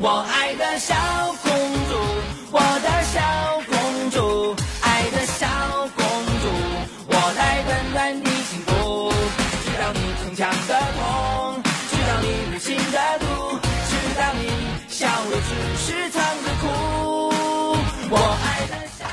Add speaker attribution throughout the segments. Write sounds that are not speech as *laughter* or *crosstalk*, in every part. Speaker 1: 我爱的小公主，我的小公主，爱的小公主，我来温暖你幸福，知道你逞强的痛，知道你无情的毒，知道你笑的只是藏着哭。我爱的小。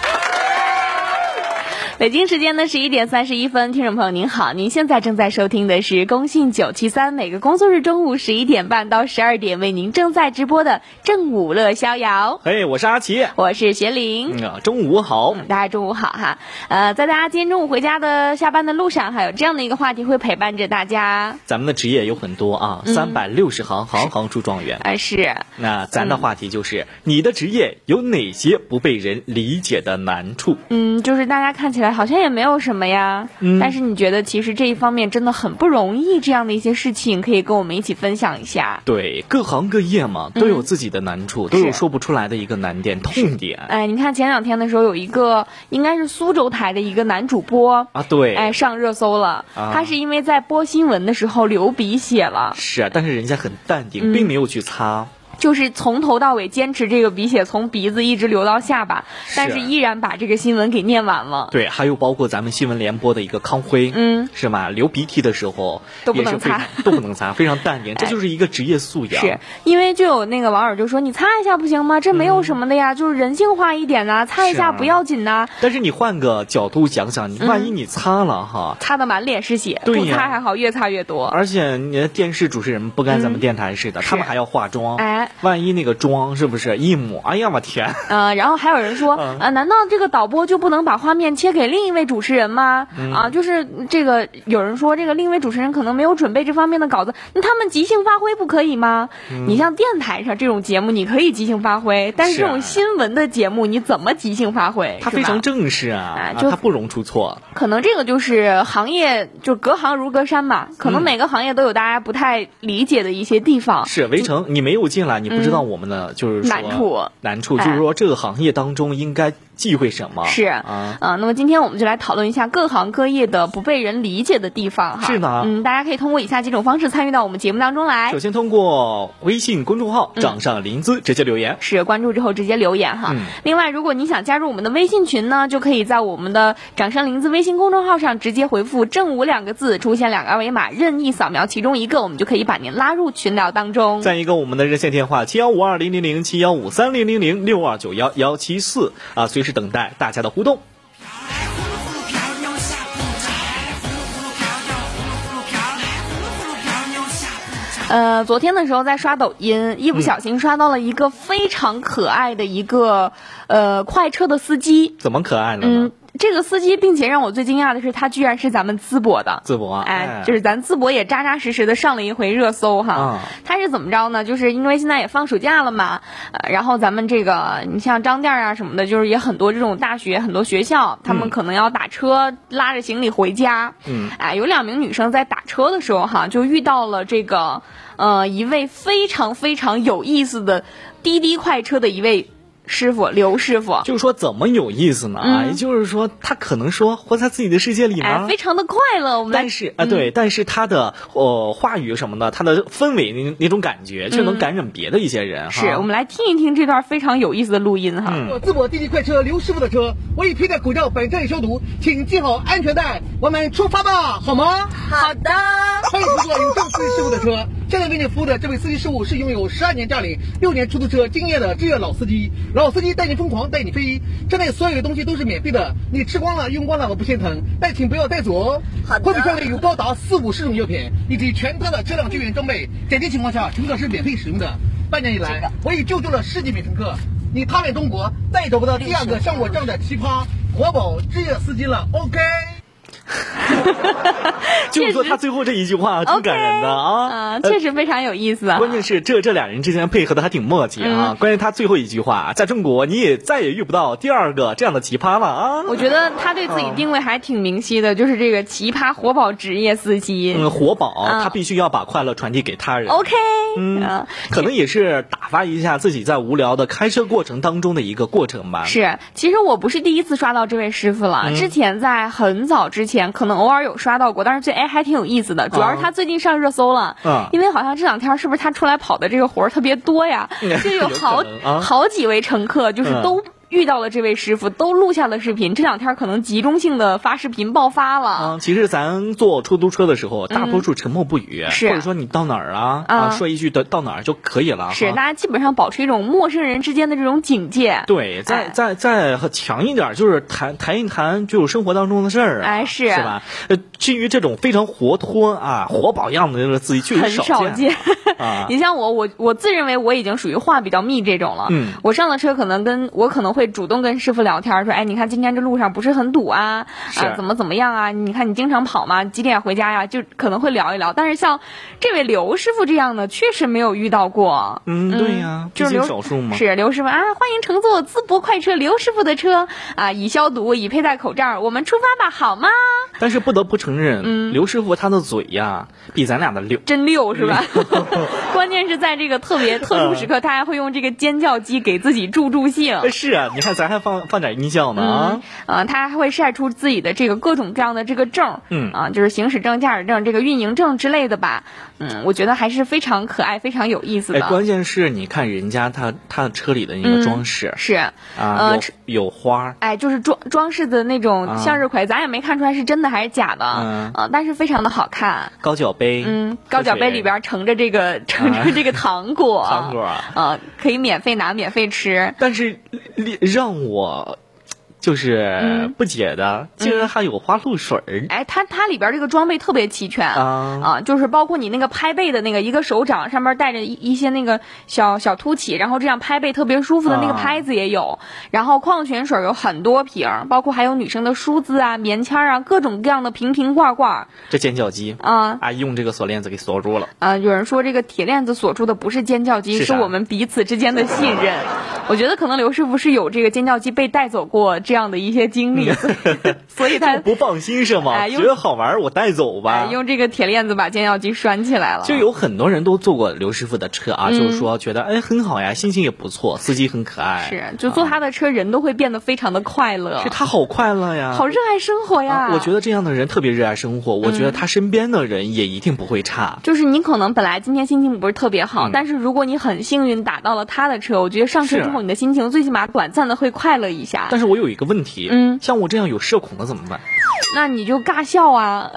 Speaker 2: 北京时间呢十一点三十一分，听众朋友您好，您现在正在收听的是工信九七三，每个工作日中午十一点半到十二点为您正在直播的正午乐逍遥，
Speaker 3: 嘿，我是阿奇。
Speaker 2: 我是学玲。
Speaker 3: 嗯啊，中午好。
Speaker 2: 大家中午好哈，呃，在大家今天中午回家的下班的路上，还有这样的一个话题会陪伴着大家，
Speaker 3: 咱们的职业有很多啊，
Speaker 2: 嗯
Speaker 3: 三百六十行，行行出状元。
Speaker 2: 呃，是
Speaker 3: 那
Speaker 2: 嗯
Speaker 3: 咱的话题就是，你的职业有哪些不被人理解的难处？
Speaker 2: 嗯，就是大家看起来好像也没有什么呀，但是你觉得其实这一方面真的很不容易，这样的一些事情可以跟我们一起分享一下。
Speaker 3: 对，各行各业嘛，都
Speaker 2: 嗯
Speaker 3: 有自己的难处，都有说不出来的一个难点、痛点
Speaker 2: 哎，你看前两天的时候，有一个应该是苏州台的一个男主播，
Speaker 3: 啊。对，
Speaker 2: 哎，上热搜了。
Speaker 3: 啊
Speaker 2: 他是因为在播新闻的时候流鼻血了，
Speaker 3: 是啊，但是人家很淡
Speaker 2: 嗯
Speaker 3: 定，并没有去擦。
Speaker 2: 就是从头到尾坚持这个鼻血从鼻子一直流到下巴，但
Speaker 3: 啊
Speaker 2: 是依然把这个新闻给念完了。
Speaker 3: 对，还有包括咱们新闻联播的一个康辉，
Speaker 2: 嗯，
Speaker 3: 是吧？流鼻涕的时候
Speaker 2: 都不
Speaker 3: 也是
Speaker 2: 能
Speaker 3: 非
Speaker 2: 擦
Speaker 3: 常都不能擦，非常淡
Speaker 2: *laughs*
Speaker 3: 定，这
Speaker 2: 哎
Speaker 3: 就是一个职业素养。
Speaker 2: 是因为就有那个网友就说：“你擦一下不行吗？这没有什么的呀，就是人性化一点呐、擦一
Speaker 3: 嗯是啊
Speaker 2: 下不要紧呐、
Speaker 3: 但是你换个角度想想，你万一你擦了哈，
Speaker 2: 擦的满脸是血，
Speaker 3: 对
Speaker 2: 不
Speaker 3: 呀
Speaker 2: 擦还好，越擦越多。
Speaker 3: 而且你的电视主持人不跟咱们电台似的，他们还要化妆，
Speaker 2: 嗯哎，
Speaker 3: 万一那个妆是不是一抹？哎呀，我天！
Speaker 2: 呃，然后还有人说，
Speaker 3: 嗯
Speaker 2: 呃，难道这个导播就不能把画面切给另一位主持人吗？
Speaker 3: 嗯
Speaker 2: 啊，就是这个有人说，这个另一位主持人可能没有准备这方面的稿子，那他们即兴发挥不可以吗？你像电台上这种节目，你可以即兴发挥，但是
Speaker 3: 嗯是
Speaker 2: 这
Speaker 3: 啊
Speaker 2: 种新闻的节目，你怎么即兴发挥？
Speaker 3: 他
Speaker 2: 是
Speaker 3: 非
Speaker 2: 吧
Speaker 3: 常正式啊，
Speaker 2: 哎
Speaker 3: 啊
Speaker 2: 就
Speaker 3: 他不容出错。
Speaker 2: 可能这个就是行业，就隔行如隔山嘛，可能每个行业都有大家不太理解的一些地方。
Speaker 3: 嗯是围城，你没有进来，你不知道我们的、就是说
Speaker 2: 嗯难处，哎
Speaker 3: 难处就是说这个行业当中应该忌讳什么？
Speaker 2: 是
Speaker 3: 啊，
Speaker 2: 呃，那么今天我们就来讨论一下各行各业的不被人理解的地方哈。
Speaker 3: 是呢
Speaker 2: 嗯，大家可以通过以下几种方式参与到我们节目当中来
Speaker 3: 首，先通过微信公众
Speaker 2: 嗯
Speaker 3: 号“掌上临淄”直接留言。
Speaker 2: 是关注之后直接留言哈。
Speaker 3: 嗯
Speaker 2: 另外，如果你想加入我们的微信群呢，就可以在我们的“掌声林子”微信公众号上直接回复“正午”两个字，出现两个二维码，任意扫描其中一个，我们就可以把您拉入群聊当中。
Speaker 3: 再一个，我们的热线电话七幺五二零零零七幺五三零零零六二九幺幺七四啊，随时等待大家的互动。
Speaker 2: 呃，昨天的时候在刷抖音，一
Speaker 3: 嗯
Speaker 2: 不小心刷到了一个非常可爱的一个、呃快车的司机。
Speaker 3: 怎么可爱了呢？
Speaker 2: 嗯，这个司机，并且让我最惊讶的是，他居然是咱们淄博的。
Speaker 3: 淄博啊，
Speaker 2: 哎，就是咱淄博也扎扎实实的上了一回热搜哈
Speaker 3: 啊。
Speaker 2: 他是怎么着呢？就是因为现在也放暑假了嘛，呃，然后咱们这个，你像张店啊什么的，就是也很多这种大学、很多学校，他们可能要打车拉着行李回家。
Speaker 3: 嗯，
Speaker 2: 哎，有两名女生在打车的时候哈，就遇到了这个呃一位非常非常有意思的滴滴快车的一位师傅刘师傅。
Speaker 3: 就是说怎么有意思呢？啊，也就是说他可能说活在自己的世界里
Speaker 2: 嗯哎，
Speaker 3: 吗
Speaker 2: 非？常的快乐，我们来嗯
Speaker 3: 啊但是啊，对，但是他的呃话语什么的，他的氛围那那种感觉，却能感染别的一些人哈。
Speaker 2: 嗯是我们来听一听这段非常有意思的录音哈。
Speaker 3: 嗯
Speaker 4: 我自我滴滴快车刘师傅的车，我已佩戴口罩，本车已消毒，请系好安全带，我们出发吧，好吗？
Speaker 5: 好的，
Speaker 4: 欢迎乘坐有正司机师傅的车。现在为您服务的这位司机师傅是拥有十二年驾龄、六年出租车经验的职业老司机。老司机带你疯狂，带你飞。车内所有的东西都是免费的，你吃光了、用光了我不心疼，但请不要带走哦。
Speaker 5: 好的
Speaker 4: 货品上面有高达四五十种药品，以及全套的车辆救援装备。紧急情况下，乘客是免费使用的。半年以来，我已救助了十几名乘客。你踏遍中国，再也找不到第二个像我这样的奇葩国宝职业司机了。OK。
Speaker 3: 就是说他最后这一句话挺感人的啊，
Speaker 2: 啊，确实非常有意思啊。
Speaker 3: *laughs* 关键是这这俩人之间配合的还挺默契
Speaker 2: 嗯
Speaker 3: 啊。关键他最后一句话，在中国你也再也遇不到第二个这样的奇葩了啊。
Speaker 2: 我觉得他对自己定位还挺明晰的，就是这个奇葩活宝职业司机。
Speaker 3: 嗯，活宝
Speaker 2: 啊
Speaker 3: 他必须要把快乐传递给他人。
Speaker 2: OK，
Speaker 3: 嗯
Speaker 2: 啊，
Speaker 3: 可能也是打发一下自己在无聊的开车过程当中的一个过程吧。
Speaker 2: 是，其实我不是第一次刷到这位师傅
Speaker 3: 嗯
Speaker 2: 了，之前在很早之前可能偶尔有刷到过，但是觉得哎还挺有意思的。主要
Speaker 3: 哦
Speaker 2: 是他最近上热搜了，
Speaker 3: 啊
Speaker 2: 因为好像这两天是不是他出来跑的这个活儿特别多呀，就
Speaker 3: 嗯 *laughs* 有
Speaker 2: 有
Speaker 3: 可
Speaker 2: 好
Speaker 3: 能啊
Speaker 2: 好几位乘客就是
Speaker 3: 嗯
Speaker 2: 都。遇到了这位师傅，都录下了视频。这两天可能集中性的发视频爆发了。
Speaker 3: 啊，其实咱坐出租车的时候，大多数沉默不语，
Speaker 2: 嗯是
Speaker 3: 或者说你到哪儿啊，
Speaker 2: 啊
Speaker 3: 啊，说一句到到哪儿就可以了。
Speaker 2: 是，
Speaker 3: 啊哈
Speaker 2: 大家基本上保持一种陌生人之间的这种警戒。
Speaker 3: *laughs* 对，再
Speaker 2: 哎
Speaker 3: 再再强一点儿，就是谈谈一谈就是生活当中的事儿啊，
Speaker 2: 哎是
Speaker 3: 是吧？呃，至于这种非常活脱啊、活宝样子的自己，确
Speaker 2: 很
Speaker 3: 实
Speaker 2: 少
Speaker 3: 见
Speaker 2: 见。*laughs*
Speaker 3: 啊
Speaker 2: 你像我，我我自认为我已经属于话比较密这种了。
Speaker 3: 嗯
Speaker 2: 我上了车可能跟我可能会主动跟师傅聊天儿，说，哎，你看今天这路上不是很堵啊，
Speaker 3: 是
Speaker 2: 啊，怎么怎么样啊？你看你经常跑吗？几点回家呀？就可能会聊一聊。但是像这位刘师傅这样的，确实没有遇到过。
Speaker 3: 嗯，对呀，
Speaker 2: 就是
Speaker 3: 毕
Speaker 2: 刘
Speaker 3: 竟少数嘛。
Speaker 2: 是刘师傅啊，欢迎乘坐淄博快车刘师傅的车啊，已消毒，已佩戴口罩，我们出发吧，好吗？
Speaker 3: 但是不得不承认，
Speaker 2: 嗯
Speaker 3: 刘师傅他的嘴呀，比咱俩的
Speaker 2: *laughs*
Speaker 3: 溜。
Speaker 2: 真溜是
Speaker 3: *laughs*
Speaker 2: 吧？关键是在这个特别特殊时刻，他还会用这个尖叫鸡给自己助助兴。
Speaker 3: 嗯哎是啊，你看咱还放放点音效呢啊
Speaker 2: 嗯，，啊，他还会晒出自己的这个各种各样的这个证，
Speaker 3: 嗯
Speaker 2: 啊，就是行驶证、驾驶证、这个运营证之类的吧，嗯，我觉得还是非常可爱、非常有意思
Speaker 3: 哎，
Speaker 2: 的，
Speaker 3: 关键是你看人家他他的车里的那个装饰
Speaker 2: 是，
Speaker 3: 啊，
Speaker 2: 呃
Speaker 3: 有有花儿，
Speaker 2: 哎，就是装装饰的那
Speaker 3: 啊
Speaker 2: 种向日葵，咱也没看出来是真的还是假的，
Speaker 3: 嗯
Speaker 2: 啊，但是非常的好看，
Speaker 3: 高脚杯，
Speaker 2: 嗯，高脚杯里边盛着这个盛着这个糖果，
Speaker 3: 啊 *laughs* 糖果啊
Speaker 2: 啊，可以免费拿、免费吃，
Speaker 3: 但是令让我
Speaker 2: 嗯
Speaker 3: 就是不解的，竟然还有花露水儿、
Speaker 2: 哎，它它里边这个装备特别齐全
Speaker 3: 啊
Speaker 2: 就是包括你那个拍背的那个一个手掌上面带着一一些那个小小凸起，然后这样拍背特别舒服的那个
Speaker 3: 啊
Speaker 2: 拍子也有。然后矿泉水有很多瓶儿，包括还有女生的梳子啊、棉签儿啊，各种各样的瓶瓶罐罐儿
Speaker 3: 这尖叫鸡
Speaker 2: 啊
Speaker 3: 啊，用这个锁链子给锁住了。
Speaker 2: 啊！有人说这个铁链子锁住的不是尖叫鸡，是
Speaker 3: 是啥
Speaker 2: 我们彼此之间的信任。我觉得可能刘师傅是有这个尖叫鸡被带走过这样的一些经
Speaker 3: *laughs*
Speaker 2: 历，所以所以他
Speaker 3: 不放心是吗？
Speaker 2: 哎用
Speaker 3: 觉得好玩儿，我带走吧。
Speaker 2: 哎用这个铁链子把尖叫鸡拴起来了。
Speaker 3: 就有很多人都坐过刘师傅的车
Speaker 2: 嗯
Speaker 3: 啊，就是说觉得哎很好呀，心情也不错，司机很可爱，
Speaker 2: 是，就坐他的车，人都会变得非常的快乐
Speaker 3: 嗯是，他好快乐呀，
Speaker 2: 好热嗯爱生活呀
Speaker 3: 啊。我觉
Speaker 2: 得
Speaker 3: 得这样的人特别热爱生活，我觉得他身边的人也一定不会差。
Speaker 2: 就是你可能本来今天心情不是特别好，
Speaker 3: 嗯
Speaker 2: 但是如果你很幸运打到了他的车，我觉得上车
Speaker 3: 是啊
Speaker 2: 之后你的心情最起码短暂的会快乐一下，
Speaker 3: 但是我有一个问题，
Speaker 2: 嗯
Speaker 3: 像我这样有社恐的怎么办？
Speaker 2: 那你就尬笑啊，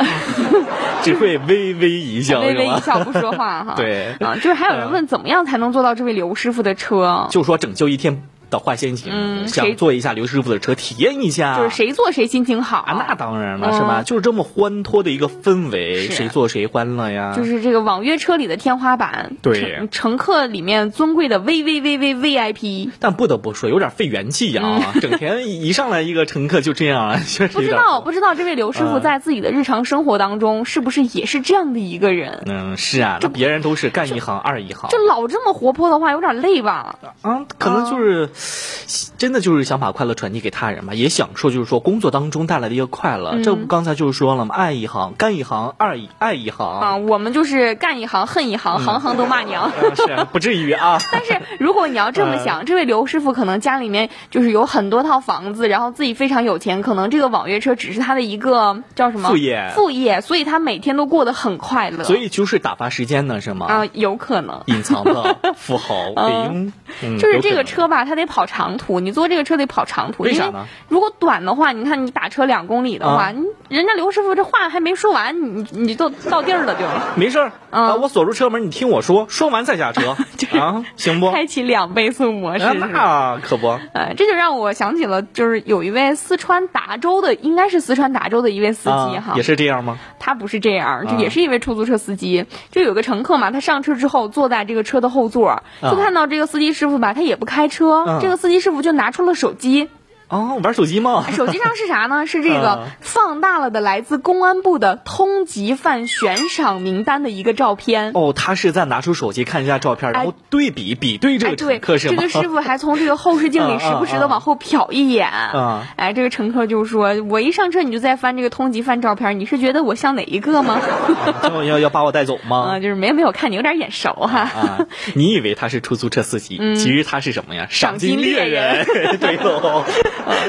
Speaker 3: 只会微微
Speaker 2: *laughs*
Speaker 3: 一笑，
Speaker 2: 微微
Speaker 3: 是吗
Speaker 2: 一笑不说
Speaker 3: *laughs*
Speaker 2: 话哈。
Speaker 3: 对嗯
Speaker 2: 啊，就是还有人问怎么样才能做到这位刘师傅的车，
Speaker 3: 就说拯救一天的坏心情，
Speaker 2: 嗯
Speaker 3: 想
Speaker 2: 谁
Speaker 3: 坐一下刘师傅的车，体验一下。
Speaker 2: 就是谁坐谁心情好
Speaker 3: 啊，那当然了，是吧？
Speaker 2: 嗯
Speaker 3: 就是这么欢脱的一个氛围，
Speaker 2: 是
Speaker 3: 谁坐谁欢乐呀。
Speaker 2: 就是这个网约车里的天花板，
Speaker 3: 对
Speaker 2: 乘乘客里面尊贵的 V V V V V I P。
Speaker 3: 但不得不说，有点费元气
Speaker 2: *laughs*
Speaker 3: 啊，整天一上来一个乘客就这样， *laughs* 确实
Speaker 2: 嗯不
Speaker 3: 有
Speaker 2: 知
Speaker 3: 点。
Speaker 2: 道，不知道这位刘师傅
Speaker 3: 嗯
Speaker 2: 在自己的日常生活当中是不是也是这样的一个人？
Speaker 3: 嗯，是啊，那别人都是干一行二一行
Speaker 2: 就老这么活泼的话，有点累吧？
Speaker 3: 啊，可能
Speaker 2: 嗯
Speaker 3: 就是 *sniffs* 真的就是想把快乐传递给他人嘛，也享受就是说工作当中带来的一个快乐。
Speaker 2: 嗯
Speaker 3: 这不刚才就是说了吗？爱一行，干一行，二一爱一行
Speaker 2: 啊，我们就是干一行恨一行，行行都骂
Speaker 3: *laughs*
Speaker 2: 娘。
Speaker 3: 啊是啊不至于啊。
Speaker 2: *laughs* 但是如果你要这么
Speaker 3: 嗯
Speaker 2: 想，这位刘师傅可能家里面就是有很多套房子，然后自己非常有钱，可能这个网约车只是他的一个叫什么
Speaker 3: 副业
Speaker 2: 副业，所以他每天都过得很快乐。
Speaker 3: 所以就是打发时间呢，是吗？
Speaker 2: 啊，有可能。
Speaker 3: 隐藏的富
Speaker 2: *laughs*
Speaker 3: 豪，嗯，嗯
Speaker 2: 就是
Speaker 3: 有
Speaker 2: 这
Speaker 3: 可
Speaker 2: 个
Speaker 3: 能
Speaker 2: 车吧，它得跑长途，你坐这个车得跑长途。
Speaker 3: 为啥
Speaker 2: 因
Speaker 3: 呢
Speaker 2: 如果短的话，你看你打车两公里的话，
Speaker 3: 啊
Speaker 2: 你人家刘师傅这话还没说完，你你你就到地儿
Speaker 3: *laughs*
Speaker 2: 了就，
Speaker 3: 没事儿
Speaker 2: 嗯
Speaker 3: 啊，我锁住车门，你听我说，说完再
Speaker 2: *laughs*
Speaker 3: 下车啊，行不？
Speaker 2: 开启两倍速模式。
Speaker 3: 啊，那可不，
Speaker 2: 呃，这就让我想起了，就是有一位四川达州的，应该是四川达州的一位司机
Speaker 3: 啊
Speaker 2: 哈，
Speaker 3: 也是这样吗？
Speaker 2: 他不是这样，
Speaker 3: 啊
Speaker 2: 就也是一位出租车司机，就有个乘客嘛，他上车之后坐在这个车的
Speaker 3: 啊
Speaker 2: 后座，就看到这个司机师傅吧，他也不开车，
Speaker 3: 嗯
Speaker 2: 这个司机师傅就拿出了手机。
Speaker 3: 哦，玩手机
Speaker 2: *laughs*
Speaker 3: 吗？
Speaker 2: 手机上是啥呢？是这个
Speaker 3: 啊
Speaker 2: 放大了的来自公安部的通缉犯悬赏名单的一个照片。
Speaker 3: 哦，他是在拿出手机看一下照片，然后对比比对这
Speaker 2: 哎，
Speaker 3: 个
Speaker 2: 对，
Speaker 3: 乘客是
Speaker 2: 这
Speaker 3: 吗？
Speaker 2: 个师傅还从这个后视镜
Speaker 3: 嗯嗯
Speaker 2: 里时不时的
Speaker 3: 嗯
Speaker 2: 往后瞟一眼。
Speaker 3: 嗯
Speaker 2: 哎，这个乘客就说：“我一上车你就在翻这个通缉犯照片，你是觉得我像哪一个吗？”
Speaker 3: *laughs* 嗯要要要把我带走吗
Speaker 2: 嗯，？就是没有没有看你有点眼熟哈。
Speaker 3: 啊，你以为他是出租车司机，
Speaker 2: 嗯
Speaker 3: 其实他是什么呀？赏金猎人， *laughs* 对哦喽。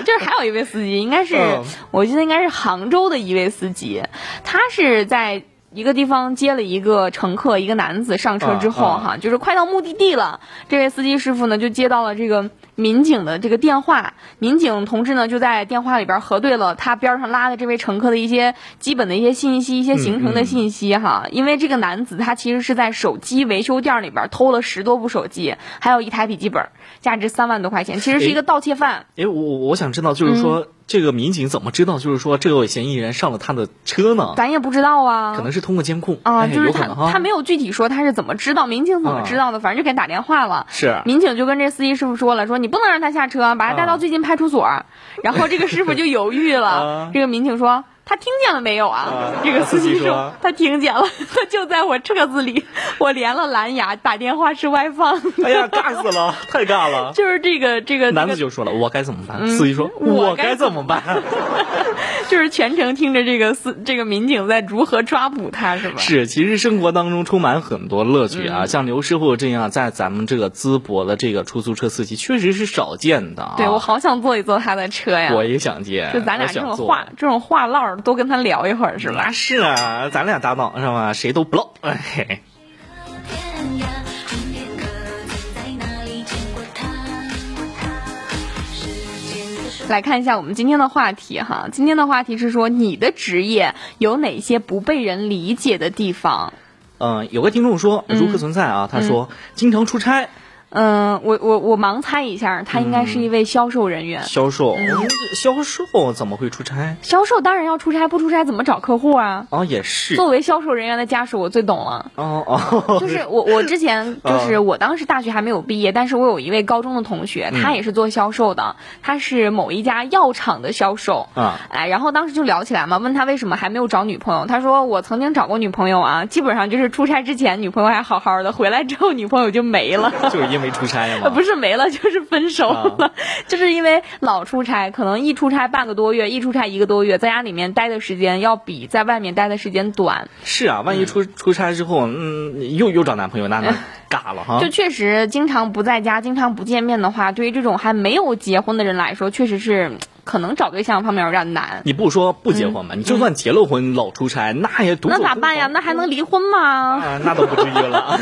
Speaker 2: 就是还有一位司机，应该是、
Speaker 3: 嗯
Speaker 2: 我记得应该是杭州的一位司机，他是在。一个地方接了一个乘客，一个男子上车之后，
Speaker 3: 啊啊
Speaker 2: 哈，就是快到目的地了。这位司机师傅呢，就接到了这个民警的这个电话，民警同志呢就在电话里边核对了他边上拉的这位乘客的一些基本的一些信息、一些行程的信息，哈。因为这个男子他其实是在手机维修店里边偷了十多部手机，还有一台笔记本，价值三万多块钱，其实是一个盗窃犯。
Speaker 3: 哎，我我我想知道，就是
Speaker 2: 嗯
Speaker 3: 说、这个民警怎么知道，就是说这个嫌疑人上了他的车呢？
Speaker 2: 咱也不知道啊，
Speaker 3: 可能是通过监控
Speaker 2: 啊，
Speaker 3: 哎
Speaker 2: 就是
Speaker 3: 有可
Speaker 2: 他
Speaker 3: 能哈嗯
Speaker 2: 他没有具体说他是怎么知道，民警怎么知道的，反正就给他打电话了。
Speaker 3: 是嗯
Speaker 2: 民警就跟这司机师傅说了，说你不能让他下车，把他带到最近派出所。然后这个师傅就犹豫
Speaker 3: 啊
Speaker 2: 了， *laughs* 这个民警说。他听见了没有啊
Speaker 3: 啊？
Speaker 2: 这个司
Speaker 3: 司
Speaker 2: 机
Speaker 3: 机说
Speaker 2: 说他听见了，他就在我车子里， *laughs* 我连了蓝牙，打电话是外放，
Speaker 3: 哎呀，尬死了，太尬了。
Speaker 2: *laughs* 就是这个这个
Speaker 3: 男
Speaker 2: 这
Speaker 3: 子
Speaker 2: 个
Speaker 3: 就说了：“我该怎么办？”司机说：“
Speaker 2: 我
Speaker 3: 我该
Speaker 2: 该
Speaker 3: 怎么办
Speaker 2: 就是全程听着这个司这个民警在如何抓捕他，是吧？”。
Speaker 3: *laughs* 是，其实生活当中充满很多乐趣
Speaker 2: 嗯
Speaker 3: 啊，像刘师傅这样在咱们这个淄博的这个出租车司机，确实是少见的啊。
Speaker 2: 对我好想坐一坐他的车呀。
Speaker 3: 我也想见，
Speaker 2: 就咱俩
Speaker 3: 我
Speaker 2: 这
Speaker 3: 想
Speaker 2: 种
Speaker 3: 做
Speaker 2: 话这种话唠儿，多跟他聊一会儿是吧？
Speaker 3: 那是啊，咱俩搭档是吧？谁都不漏。哎，
Speaker 5: 天涯，春天各自在哪里见过他？时间的水
Speaker 2: 来看一下我们今天的话题哈，今天的话题是说你的职业有哪些不被人理解的地方？
Speaker 3: 嗯、有个听众说如何存在啊？他说经常出差，
Speaker 2: 嗯，我我我盲猜一下，他应该是一位销售人员。
Speaker 3: 销售，嗯销售怎么会出差？
Speaker 2: 销售当然要出差，不出差怎么找客户啊？
Speaker 3: 哦，也是，
Speaker 2: 作为销售人员的家属，我最懂了。
Speaker 3: 哦哦，
Speaker 2: *laughs* 就是我，我之前就
Speaker 3: 啊
Speaker 2: 是我当时大学还没有毕业，但是我有一位高中的同学，他也是做销售的，他是某一家药厂的销售
Speaker 3: 啊
Speaker 2: 哎，然后当时就聊起来嘛，问他为什么还没有找女朋友，他说我曾经找过女朋友啊，基本上就是出差之前女朋友还好好的，回来之后女朋友就没了。
Speaker 3: *laughs* 就是因为出差嘛。
Speaker 2: *laughs* 呃，不是没了，就是分手了， *laughs* 就是因为老出差，可能一出差半个多月，一出差一个多月，在家里面待的时间要比在外面待的时间短，
Speaker 3: 是啊，
Speaker 2: 嗯
Speaker 3: 万一出出差之后，嗯，又又找男朋友，那那尬了哈
Speaker 2: 就。确实经常不在家、经常不见面的话，对于这种还没有结婚的人来说，确实是嗯可能找对象方面有点难。
Speaker 3: 你不说不结婚嘛？你就算结了婚，老出差，那也独
Speaker 2: 嗯
Speaker 3: 哦
Speaker 2: 那
Speaker 3: 走
Speaker 2: 咋
Speaker 3: 空
Speaker 2: 办呀？
Speaker 3: 房
Speaker 2: 那还能离婚吗？
Speaker 3: 啊，那都不至
Speaker 2: *laughs*
Speaker 3: 于了，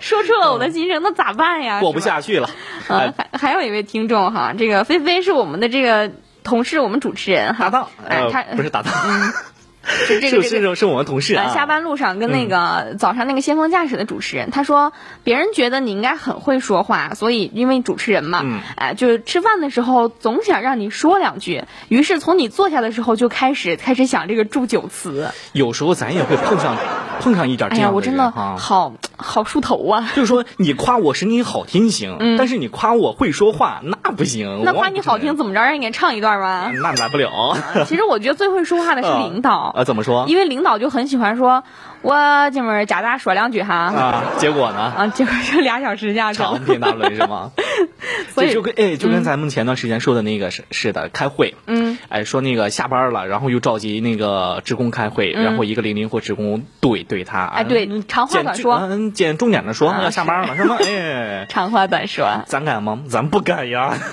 Speaker 2: 说出了我的心声，那咋办呀？
Speaker 3: 过不
Speaker 2: 啊是吧。
Speaker 3: 下去了。
Speaker 2: 嗯
Speaker 3: 哎，
Speaker 2: 还还有一位听众哈，这个菲菲是我们的这个同事，我们主持人哈，
Speaker 3: 搭档，
Speaker 2: 哎，
Speaker 3: 呃
Speaker 2: 他嗯
Speaker 3: 不是搭档， *laughs*
Speaker 2: 是这
Speaker 3: 是
Speaker 2: 个这个。
Speaker 3: 是是我们同事啊嗯
Speaker 2: 呃，。下班路上跟那个早上那个先锋驾驶的主持人，他说别人觉得你应该很会说话，所以因为主持人嘛，
Speaker 3: 嗯
Speaker 2: 哎、就是吃饭的时候总想让你说两句，于是从你坐下的时候就开始开始想这个祝酒词。
Speaker 3: 有时候咱也会碰上碰上一点
Speaker 2: 哎
Speaker 3: 这
Speaker 2: 呀，
Speaker 3: 样
Speaker 2: 我
Speaker 3: 人
Speaker 2: 真的
Speaker 3: 哈。
Speaker 2: 好好梳头啊！
Speaker 3: 就是说，你夸我声音好听行，但是你夸我会说话那不行。
Speaker 2: 嗯那
Speaker 3: 我
Speaker 2: 夸你好听，
Speaker 3: 不
Speaker 2: 怎么着让你给唱一段吧
Speaker 3: 承？认那来不了。
Speaker 2: *laughs* 其实我觉得最会说话的是领导，
Speaker 3: *laughs* 啊，怎么说？
Speaker 2: 因为领导就很喜欢说，我姐们儿假大说两句哈，啊
Speaker 3: 啊，结果呢？
Speaker 2: 结果就俩小时下去了
Speaker 3: *laughs* 长。篇大论是吗？
Speaker 2: *laughs* 所以嗯
Speaker 3: 就就跟哎，就跟咱们前段时间说的那个是是的，开会，嗯，哎，说那个下班了，然后又召集那个职工开会，然后一个零零后职工怼怼他，
Speaker 2: 嗯哎对
Speaker 3: 嗯
Speaker 2: 长话
Speaker 3: 简
Speaker 2: 短
Speaker 3: 就
Speaker 2: 说
Speaker 3: 嗯，简重点的说，
Speaker 2: 啊
Speaker 3: 要下班了是吗？哎，
Speaker 2: 长话短说。
Speaker 3: 咱敢吗？咱不敢呀。 *laughs*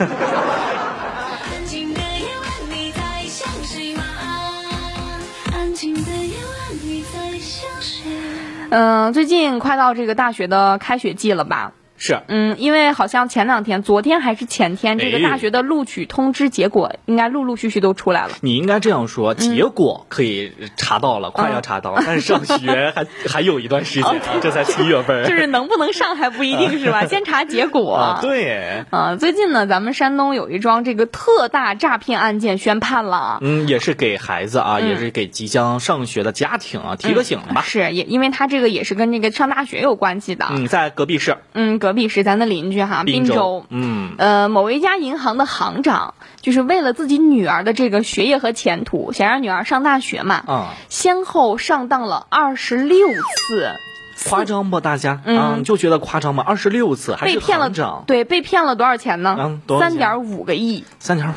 Speaker 5: 安静的夜晚，你在想谁吗？安静的夜晚，你在想谁？
Speaker 2: 嗯，最近快到这个大学的开学季了吧？
Speaker 3: 是，
Speaker 2: 嗯，因为好像前两天，昨天还是前天，这个
Speaker 3: 哎
Speaker 2: 大学的录取通知结果应该陆陆续续都出
Speaker 3: *laughs*
Speaker 2: 来了。
Speaker 3: 你应该这样说，
Speaker 2: 嗯
Speaker 3: 结果可以查到了，快要查
Speaker 2: *laughs*
Speaker 3: 到，但是上学还还有一段时间，这才七月份儿。
Speaker 2: 哦 *laughs* 就是能不能上还不一定
Speaker 3: *laughs*
Speaker 2: 是吧？先查结果。
Speaker 3: 啊，对，
Speaker 2: 啊最近呢，咱们山东有一桩这个特大诈骗案件宣判了啊。
Speaker 3: 嗯，也是给孩子啊，
Speaker 2: 嗯
Speaker 3: 也是给即将上学的家庭啊提个醒吧。
Speaker 2: *laughs* 是也，因为他这个也是跟这个上大学有关系的。
Speaker 3: 嗯，在隔壁市，
Speaker 2: 嗯，隔壁是咱的邻居哈，滨州。
Speaker 3: 嗯，
Speaker 2: 呃，某一家银行的行长，就是为了自己女儿的这个学业和前途，想让女儿上大学嘛，
Speaker 3: 啊，
Speaker 2: 先后上当了二十六次，
Speaker 3: 夸张不？大家，
Speaker 2: 嗯
Speaker 3: 啊，你就觉得夸张吗？二十六次还
Speaker 2: 被
Speaker 3: 是
Speaker 2: 骗了
Speaker 3: 行长，
Speaker 2: 对，被骗了多少钱呢
Speaker 3: 嗯？多少
Speaker 2: 三
Speaker 3: 钱
Speaker 2: 点五个亿，
Speaker 3: 三点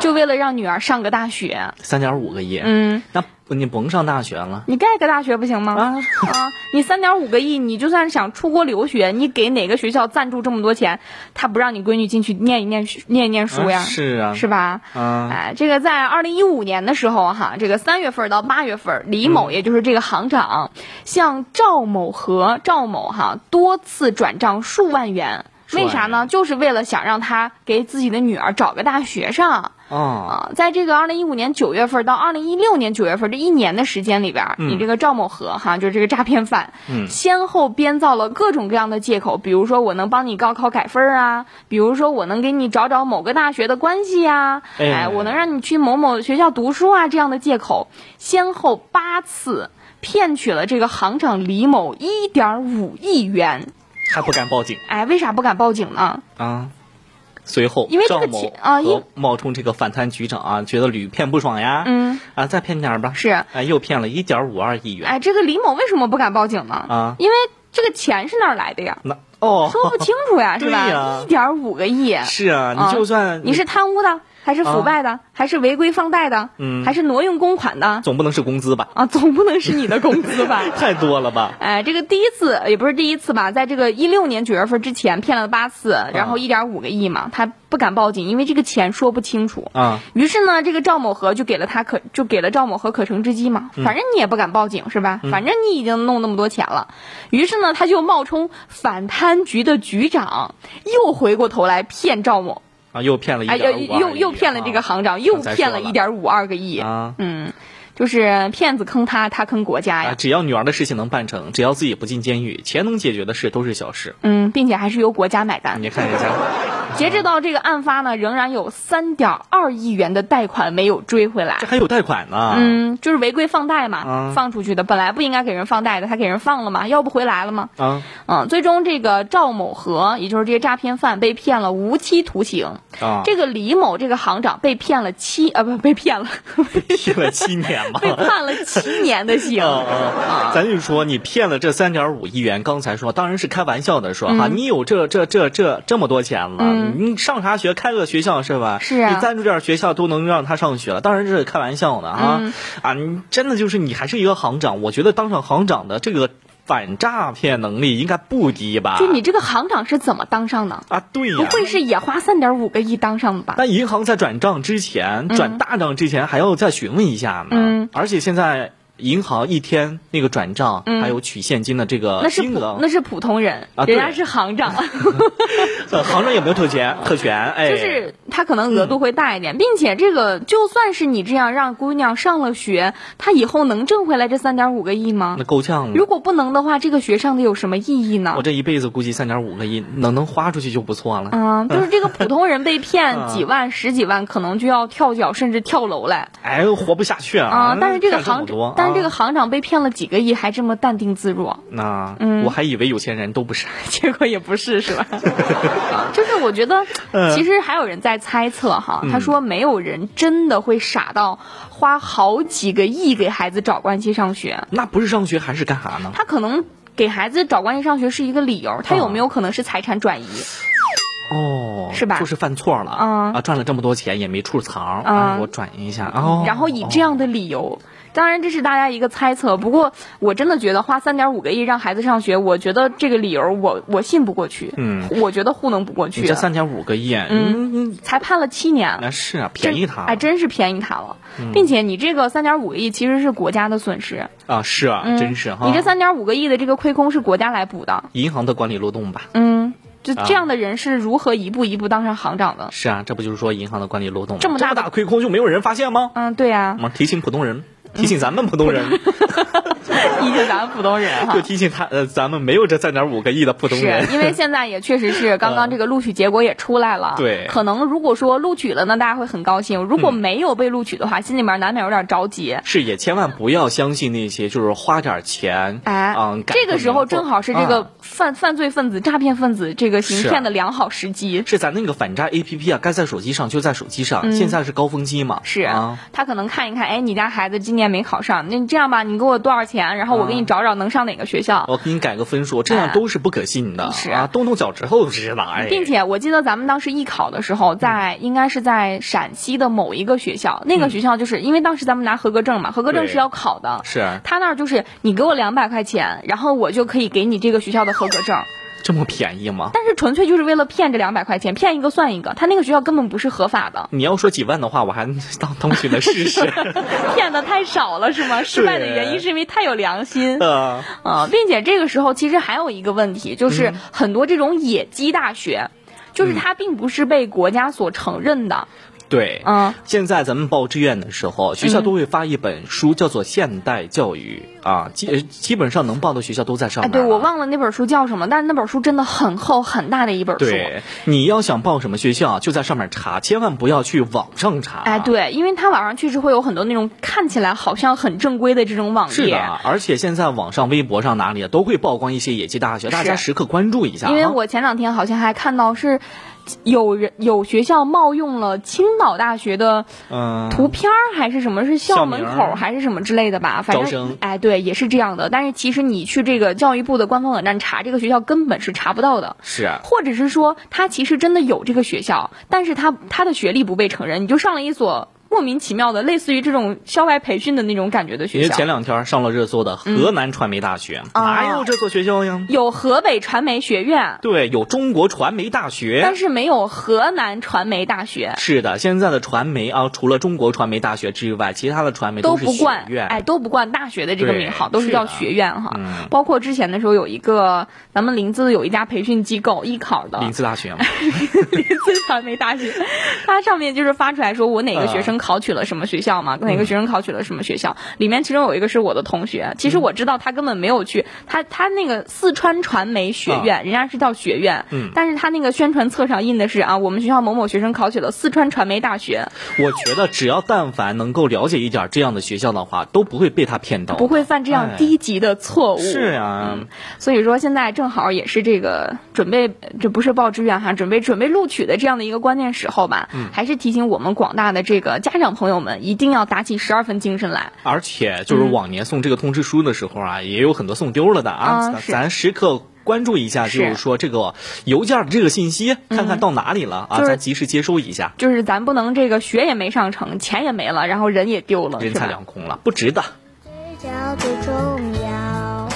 Speaker 2: 就为了让女儿上个大学。
Speaker 3: 三点五个亿，
Speaker 2: 嗯，
Speaker 3: 那你甭上大学了
Speaker 2: 你盖个大学不行吗？
Speaker 3: 啊，
Speaker 2: 啊，你三点五个亿，你就算想出国留学，你给哪个学校赞助这么多钱，他不让你闺女进去念一念书念一念书呀？
Speaker 3: 啊是啊，
Speaker 2: 是吧？
Speaker 3: 啊，
Speaker 2: 哎，这个在二零一五年的时候啊哈，这个三月份到八月份，李某也就是这个行长，向赵某和赵某哈多次转账数万元，
Speaker 3: 万
Speaker 2: 为啥呢？就是为了想让他给自己的女儿找个大学上。
Speaker 3: 啊，
Speaker 2: 啊，在这个二零一五年九月份到二零一六年九月份这一年的时间里边儿，
Speaker 3: 嗯
Speaker 2: 你这个赵某和哈，就是这个诈骗犯，
Speaker 3: 嗯
Speaker 2: 先后编造了各种各样的借口，比如说我能帮你高考改分儿啊，比如说我能给你找找某个大学的关系呀、
Speaker 3: 哎
Speaker 2: 哎，我能让你去某某学校读书啊，这样的借口，先后八次骗取了这个行长李某一点五亿元。
Speaker 3: 还不敢报警
Speaker 2: 哎，为啥不敢报警呢？
Speaker 3: 啊。随后，
Speaker 2: 因为这
Speaker 3: 赵
Speaker 2: 个
Speaker 3: 某
Speaker 2: 钱啊因
Speaker 3: 和冒充这个反贪局长啊，觉得屡骗不爽呀，
Speaker 2: 嗯，
Speaker 3: 啊，再骗点儿吧，
Speaker 2: 是
Speaker 3: 哎，又骗了一点五二亿元，
Speaker 2: 哎，这个李某为什么不敢报警呢？
Speaker 3: 啊
Speaker 2: 因为这个钱是哪儿来的呀？
Speaker 3: 那哦，
Speaker 2: 说不清楚呀，是
Speaker 3: *laughs* 对
Speaker 2: 吧？
Speaker 3: 呀
Speaker 2: 一点五个亿，
Speaker 3: 是啊，你就算
Speaker 2: 你是贪污的，还是腐败的，还是违规放贷的，
Speaker 3: 嗯
Speaker 2: 还是挪用公款的
Speaker 3: 总不能是工资吧？？
Speaker 2: 啊，总不能是你的工资吧
Speaker 3: *laughs* 太多了吧？
Speaker 2: 哎，这个第一次也不是第一次吧，在这个一六年九月份之前骗了八次，
Speaker 3: 啊
Speaker 2: 然后一点五个亿嘛，他不敢报警，因为这个钱说不清楚。
Speaker 3: 啊，
Speaker 2: 于是呢，这个赵某和就给了他可就给了赵某和可乘之机
Speaker 3: 嗯
Speaker 2: 嘛，反正你也不敢报警是吧？反正你已经弄那么多钱了，于是呢，他就冒充反贪局的局长，又回过头来骗赵某，
Speaker 3: 啊，又骗了一
Speaker 2: 哎，又
Speaker 3: 点五，
Speaker 2: 又又骗了这个行长，又骗了一点五二个亿，
Speaker 3: 啊
Speaker 2: 嗯，就是骗子坑他，他坑国家
Speaker 3: 啊！
Speaker 2: 哎呀，
Speaker 3: 只要女儿的事情能办成，只要自己不进监狱，钱能解决的事都是小事。
Speaker 2: 嗯，并且还是由国家买单。
Speaker 3: 你看人家，
Speaker 2: 截止到这个案发呢，仍然有三点二亿元的贷款没有追回来
Speaker 3: 这。还有贷款呢。，
Speaker 2: 嗯，就是违规放贷嘛，
Speaker 3: 啊
Speaker 2: 放出去的，本来不应该给人放贷的，他给人放了嘛，要不回来了嘛。
Speaker 3: 啊，
Speaker 2: 嗯，最终这个赵某和，也就是这个诈骗犯被骗了无期徒刑，
Speaker 3: 啊
Speaker 2: 这个李某这个行长被骗了七呃不被骗了，
Speaker 3: 骗了七年
Speaker 2: *laughs*
Speaker 3: 嘛。
Speaker 2: 被判了七年的 *laughs* 刑。
Speaker 3: 啊 *laughs* 啊！咱就说你骗了这三点五亿元，刚才说当然是开玩笑的说
Speaker 2: 嗯
Speaker 3: 哈，你有这这这这这么多钱了，你上啥学开个学校是吧？
Speaker 2: 是啊
Speaker 3: 你赞助点学校都能让他上学了，当然这是开玩笑的啊、
Speaker 2: 嗯
Speaker 3: 啊！你真的就是你还是一个行长，我觉得当上行长的这个反诈骗能力应该不低吧？
Speaker 2: 就你这个行长是怎么当上的？
Speaker 3: 啊，对呀、
Speaker 2: 不会是也花三点五个亿当上的
Speaker 3: *laughs*
Speaker 2: 吧？
Speaker 3: 那银行在转账之前，转大账之前还要再询问一下呢。
Speaker 2: 嗯
Speaker 3: 而且现在银行一天那个转账，还有取现金的这个
Speaker 2: 嗯那是
Speaker 3: 金
Speaker 2: 普
Speaker 3: 额，
Speaker 2: 那是普通人，
Speaker 3: 啊对
Speaker 2: 人家是行
Speaker 3: *laughs*
Speaker 2: 长。
Speaker 3: 呃行长有没有特权？特权？哎，
Speaker 2: 就是他可能额度会大一点，并且这个就算是你这样让姑娘上了学，她以后能挣回来这三点五个亿吗
Speaker 3: 那？够呛
Speaker 2: 如
Speaker 3: 了。
Speaker 2: 果不能的话，这个学上的有什么意义呢
Speaker 3: 我？这一辈子估计三点五个亿能能花出去就不错了。 *laughs*
Speaker 2: 嗯，就是这个普通人被骗
Speaker 3: 啊
Speaker 2: 几万、十几万，可能就要跳脚甚至跳楼来
Speaker 3: 哎，活不下去
Speaker 2: 啊！
Speaker 3: 啊！
Speaker 2: 但是这个
Speaker 3: 干么
Speaker 2: 行
Speaker 3: 多
Speaker 2: 长，，但是这个
Speaker 3: 啊
Speaker 2: 行长被骗了几个亿，还这么淡定自若，
Speaker 3: 那
Speaker 2: 嗯
Speaker 3: 我还以为有钱人都不傻。 *laughs*
Speaker 2: 结果也不是是吧？啊 *laughs* 就是我觉得，
Speaker 3: 嗯
Speaker 2: 其实还有人在猜测哈，他说没有人真的会傻到花好几个亿给孩子找关系上学，
Speaker 3: 那不是上学还是干啥呢？
Speaker 2: 他可能。给孩子找关系上学是一个理由，他有没有可能是财产转移？
Speaker 3: 哦，
Speaker 2: 是吧
Speaker 3: 就是犯错了
Speaker 2: 啊
Speaker 3: 啊，赚了这么多钱也没处
Speaker 2: 啊
Speaker 3: 藏，哎我转移一下哦。
Speaker 2: 然后以
Speaker 3: 哦
Speaker 2: 这样的理由，当然这是大家一个猜测。不过我真的觉得花三点五个亿让孩子上学，我觉得这个理由我我信不过去，
Speaker 3: 嗯，
Speaker 2: 我觉得糊弄不过
Speaker 3: 你
Speaker 2: 去啊
Speaker 3: 这，三点五个亿，
Speaker 2: 嗯
Speaker 3: 嗯，
Speaker 2: 才判了七年。
Speaker 3: 那是啊，便
Speaker 2: 真
Speaker 3: 宜嗯他
Speaker 2: 哎，真是便宜他了，并且你这个三点五个亿其实是国家的损失，
Speaker 3: 啊，是啊，
Speaker 2: 嗯
Speaker 3: 真是哈。
Speaker 2: 你这三点五个亿的这个亏空是国家来补的，
Speaker 3: 银行的管理漏洞吧？
Speaker 2: 嗯，就
Speaker 3: 啊
Speaker 2: 这样的人是如何一步一步当上行长的？
Speaker 3: 是啊，这不就是说银行的管理漏洞吗？
Speaker 2: 这么大
Speaker 3: 大
Speaker 2: 的
Speaker 3: 亏空就没有人发现吗？啊
Speaker 2: 嗯，对呀、
Speaker 3: 我们提醒普通人，提醒咱们普
Speaker 2: *laughs*
Speaker 3: 通人，
Speaker 2: 提醒咱们普通人哈
Speaker 3: 就。提醒他呃，咱们没有这三点五个亿的普通
Speaker 2: 是
Speaker 3: 人。嗯
Speaker 2: 因为现在也确实是刚刚这个录取结果也出来了，
Speaker 3: 对嗯
Speaker 2: 可能如果说录取了呢，大家会很高兴；如果没有被录取的话，心里面难免有点着急。
Speaker 3: 是也千万不要相信那些就是花点钱，
Speaker 2: 哎，
Speaker 3: 嗯，赶
Speaker 2: 这个时候
Speaker 3: 名
Speaker 2: 正
Speaker 3: 或
Speaker 2: 好是这
Speaker 3: 啊
Speaker 2: 个犯、犯罪分子、诈骗分子这个行
Speaker 3: 是啊
Speaker 2: 骗的良好时机。
Speaker 3: 是咱那个反诈 A P P 啊，该在手机上就在手机上，现在是高峰期嘛，
Speaker 2: 嗯是、
Speaker 3: 啊，
Speaker 2: 他可能看一看，哎，你家孩子今年没考上，那你这样吧，你给我多少钱，然后我给
Speaker 3: 啊
Speaker 2: 你找找能上哪个学校。
Speaker 3: 我给你改个分数，这样
Speaker 2: 哎
Speaker 3: 都是不可信的，
Speaker 2: 是
Speaker 3: 啊，动动脚趾头就知道，哎，
Speaker 2: 并且我记得咱们当时艺考的时候，在
Speaker 3: 嗯
Speaker 2: 应该是在陕西的某一个学校，那个学校就是因为当时咱们拿合格证嘛，合格证
Speaker 3: 对
Speaker 2: 是要考的，
Speaker 3: 是啊
Speaker 2: 他那儿就是你给我两百块钱，然后我就可以给你这个学校的合格证，
Speaker 3: 这么便宜吗？
Speaker 2: 但是纯粹就是为了骗这两百块钱，骗一个算一个，他那个学校根本不是合法的，
Speaker 3: 你要说几万的话，我还当当去来试
Speaker 2: *laughs*
Speaker 3: 试。
Speaker 2: 骗的太少了是吗？失败的原因是因为太有良心。
Speaker 3: 呃，
Speaker 2: 啊，并且这个时候其实还有一个问题，就是
Speaker 3: 嗯
Speaker 2: 很多这种野鸡大学，就是它并不是被国家所承认的。
Speaker 3: 对，
Speaker 2: 嗯，
Speaker 3: 现在咱们报志愿的时候，学校都会发一本书，叫做《现代教育》啊，基呃基本上能报的学校都在上
Speaker 2: 哎，
Speaker 3: 面。
Speaker 2: 对，我。忘了那本书叫什么，但是那本书真的很厚很大的一本书。
Speaker 3: 对，你要想报什么学校，就在上面查，千万不要去网上查。
Speaker 2: 哎，。对，因为它网上确实会有很多那种看起来好像很正规的这种网
Speaker 3: 是的
Speaker 2: 页。，
Speaker 3: 而且现在网上、微博上哪里都会曝光一些野鸡大学，大家时刻关注一下啊。
Speaker 2: 因为我前两天好像还看到是有人有学校冒用了青岛大学的
Speaker 3: 嗯，
Speaker 2: 图片儿还是什么，是校
Speaker 3: 校名
Speaker 2: 门
Speaker 3: 儿
Speaker 2: 口儿还是什么之类的吧？反
Speaker 3: 招生
Speaker 2: 正哎，对，也是这样的。但是其实你去这个教育部的官方网站查这个学校，根本是查不到的。
Speaker 3: 是啊
Speaker 2: 或者是说，他其实真的有这个学校，但是他他的学历不被承认，你就上了一所莫名其妙的类似于这种校外培训的那种感觉的
Speaker 3: 因
Speaker 2: 学
Speaker 3: 为前
Speaker 2: 校。
Speaker 3: 两天上了热搜的
Speaker 2: 嗯
Speaker 3: 河南传媒大学，
Speaker 2: 啊
Speaker 3: 哪有这所学校呀？
Speaker 2: 有河北传媒学院，
Speaker 3: 对，有中国传媒大学，
Speaker 2: 但是没有河南传媒大学，
Speaker 3: 是的，现在的传媒啊，除了中国传媒大学之外，其他的传媒
Speaker 2: 都
Speaker 3: 是
Speaker 2: 不
Speaker 3: 学
Speaker 2: 冠
Speaker 3: 院。
Speaker 2: 哎，都不冠大学的这个
Speaker 3: 对
Speaker 2: 名号，都是
Speaker 3: 是
Speaker 2: 叫
Speaker 3: 的
Speaker 2: 学院哈。
Speaker 3: 嗯
Speaker 2: 包括之前的时候有一个咱们临淄有一家培训机构艺考的
Speaker 3: 林次大学嘛，
Speaker 2: *laughs* 临淄传媒大学，它上面就是发出来说我哪个学
Speaker 3: 嗯
Speaker 2: 生考取了什么学校嘛，哪个学生考取了什么学校，里面其中有一个是我的同学，其
Speaker 3: 嗯
Speaker 2: 实我知道他根本没有去，他他那个四川传媒学院，人家是叫学院，
Speaker 3: 嗯
Speaker 2: 但是他那个宣传册上印的是啊，我们学校某某学生考取了四川传媒大学，
Speaker 3: 我觉得只要但凡能够了解一点这样的学校的话，都不会被他骗到的。
Speaker 2: 不会嗯犯这样
Speaker 3: 哎
Speaker 2: 低级的错误。
Speaker 3: 是啊呀、
Speaker 2: 所以说现在正好也是这个准备，这不是报志愿哈，准备准备录取的这样的一个关键时候吧。
Speaker 3: 嗯
Speaker 2: 还是提醒我们广大的这个家长朋友们，一定要打起十二分精神来。
Speaker 3: 而且就是
Speaker 2: 嗯
Speaker 3: 往年送这个通知书的时候啊，也有很多送丢了的啊，
Speaker 2: 啊
Speaker 3: 咱
Speaker 2: 是
Speaker 3: 咱时刻。关注一下，
Speaker 2: 是
Speaker 3: 就是说这个邮件的这个信息，看看到哪里了啊，
Speaker 2: 嗯就是
Speaker 3: 咱及时接收一下，
Speaker 2: 就是咱不能这个学也没上成，钱也没了，然后人也丢了，
Speaker 3: 人
Speaker 2: 啊是
Speaker 3: 财
Speaker 2: 吧？
Speaker 3: 两空了，不值得。
Speaker 5: 知交最重要。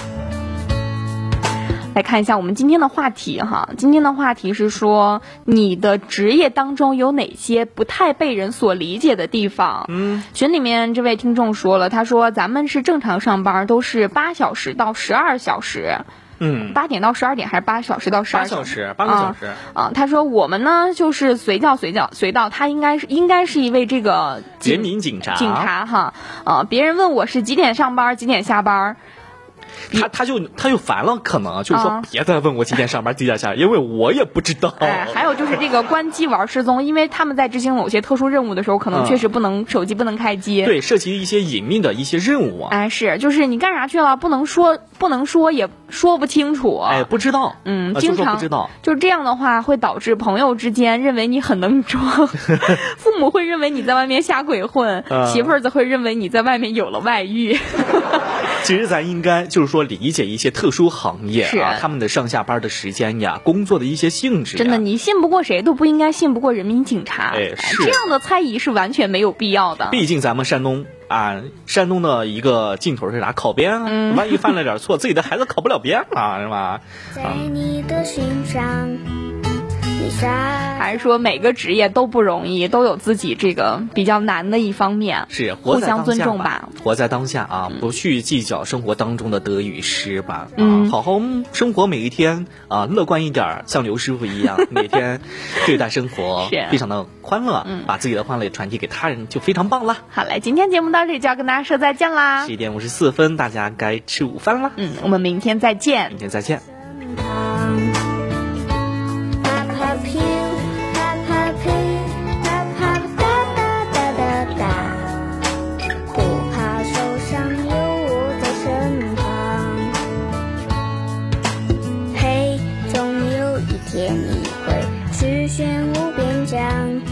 Speaker 2: 来看一下我们今天的话题哈，今天的话题是说你的职业当中有哪些不太被人所理解的地方？
Speaker 3: 嗯，
Speaker 2: 群里面这位听众说了，他说咱们是正常上班都是八小时到十二小时，
Speaker 3: 嗯，
Speaker 2: 八点到十二点还是八小时到十
Speaker 3: 八
Speaker 2: 二
Speaker 3: 小时，八
Speaker 2: 啊
Speaker 3: 个小时，
Speaker 2: 啊，他说我们呢就是随叫随叫随到，他应该是应该是一位这个警
Speaker 3: 人民警察，
Speaker 2: 警察哈啊，别人问我是几点上班几点下班，
Speaker 3: 他他就他就烦了，可能就是说
Speaker 2: 啊
Speaker 3: 别再问我几点上班几点下班，因为我也不知道。
Speaker 2: 哎，还有就是这个关机玩失踪，因为他们在执行某些特殊任务的时候，可能
Speaker 3: 嗯
Speaker 2: 确实不能、手机不能开机。
Speaker 3: 对涉及一些隐秘的一些任务啊，
Speaker 2: 哎，是，就是你干啥去了，不能说，不能说，也说不清楚。
Speaker 3: 哎，不知道，
Speaker 2: 嗯，
Speaker 3: 啊
Speaker 2: 经
Speaker 3: 就说
Speaker 2: 常
Speaker 3: 不知道，
Speaker 2: 就这样的话，会导致朋友之间认为你很能装，
Speaker 3: *laughs*
Speaker 2: 父母会认为你在外面瞎鬼混，
Speaker 3: 嗯
Speaker 2: 媳妇儿子会认为你在外面有了外遇。
Speaker 3: 其实咱应该就是说理解一些特殊行业啊，
Speaker 2: 是
Speaker 3: 他们的上下班的时间呀，工作的一些性质呀，
Speaker 2: *laughs* 真的，你信不过谁都不应该信不过人民警察。
Speaker 3: 哎是
Speaker 2: 这样的猜疑是完全没有必要的。
Speaker 3: 毕竟咱们山东啊，山东的一个尽头是啥？考编啊，
Speaker 2: 嗯
Speaker 3: 万一犯了点错，自己的孩子考不了编啊，是吧？
Speaker 5: 在你的心上，
Speaker 2: 还是说每个职业都不容易，都有自己这个比较难的一方面。
Speaker 3: 是活
Speaker 2: 互
Speaker 3: 在当
Speaker 2: 相
Speaker 3: 下
Speaker 2: 尊重
Speaker 3: 吧
Speaker 2: 吧。，
Speaker 3: 活在当下啊，不去计较生活当中的得与失吧。啊，
Speaker 2: 嗯
Speaker 3: 好好生活每一天啊，乐观一点儿，像刘师傅一样，
Speaker 2: *laughs*
Speaker 3: 每天对待生活
Speaker 2: 是啊嗯
Speaker 3: 非常的欢乐，把自己的欢乐也传递给他人，就非常棒了。
Speaker 2: 好嘞，今天节目到这里就要跟大家说再见啦
Speaker 3: 十。一点五十四分，大家该吃午饭啦，
Speaker 2: 嗯，我们明天再见
Speaker 3: 明。天再见。
Speaker 5: Peppa Pig, Peppa Pig, Peppa 哒哒哒哒哒，不怕受伤，有我在身旁。嘿，总有一天你会实现无边疆。